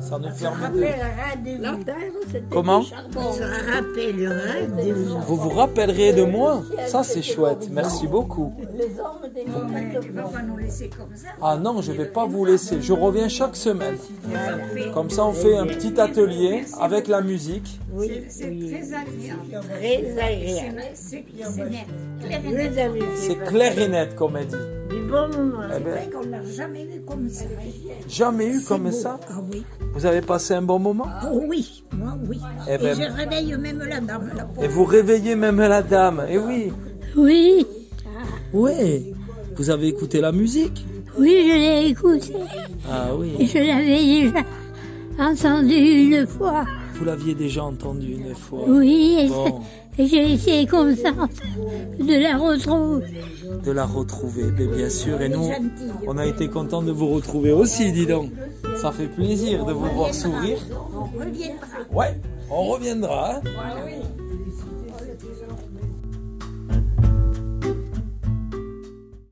Ça ne Ça ferme rappelle plus. le rendez-vous. Comment Ça rappelle le rendez-vous. Vous vous rappellerez de moi Ça, c'est chouette. Merci beaucoup. Bon, mais tu vas pas nous laisser comme ça. Ah non, je ne vais pas vous laisser. Je reviens chaque semaine. Ça fait- Comme ça, on fait un petit atelier avec la musique. c'est- C'est très agréable. Très agréable. C'est- C'est c'est net. Clair et net. Vous avez C'est clair et net, comme elle dit. du bon moment. Eh C'est ben, vrai qu'on l'a jamais vu comme ça. jamais eu comme ça. Ah oui. Vous avez passé un bon moment Oh oui, moi oui. Eh Et ben- je réveille même la dame, la pauvre. Et vous réveillez même la dame. Eh oui. Oui, Ouais. Vous avez écouté la musique oui, je l'ai écouté. Ah Et oui. je l'avais déjà entendu une fois. Vous l'aviez déjà entendu une fois. Oui, et, Bon. et j'ai été contente de la retrouver. de la retrouver, mais bien sûr. Et nous, on a été contents de vous retrouver aussi, dis donc. Ça fait plaisir de vous voir sourire. On reviendra. Ouais, on reviendra. hein.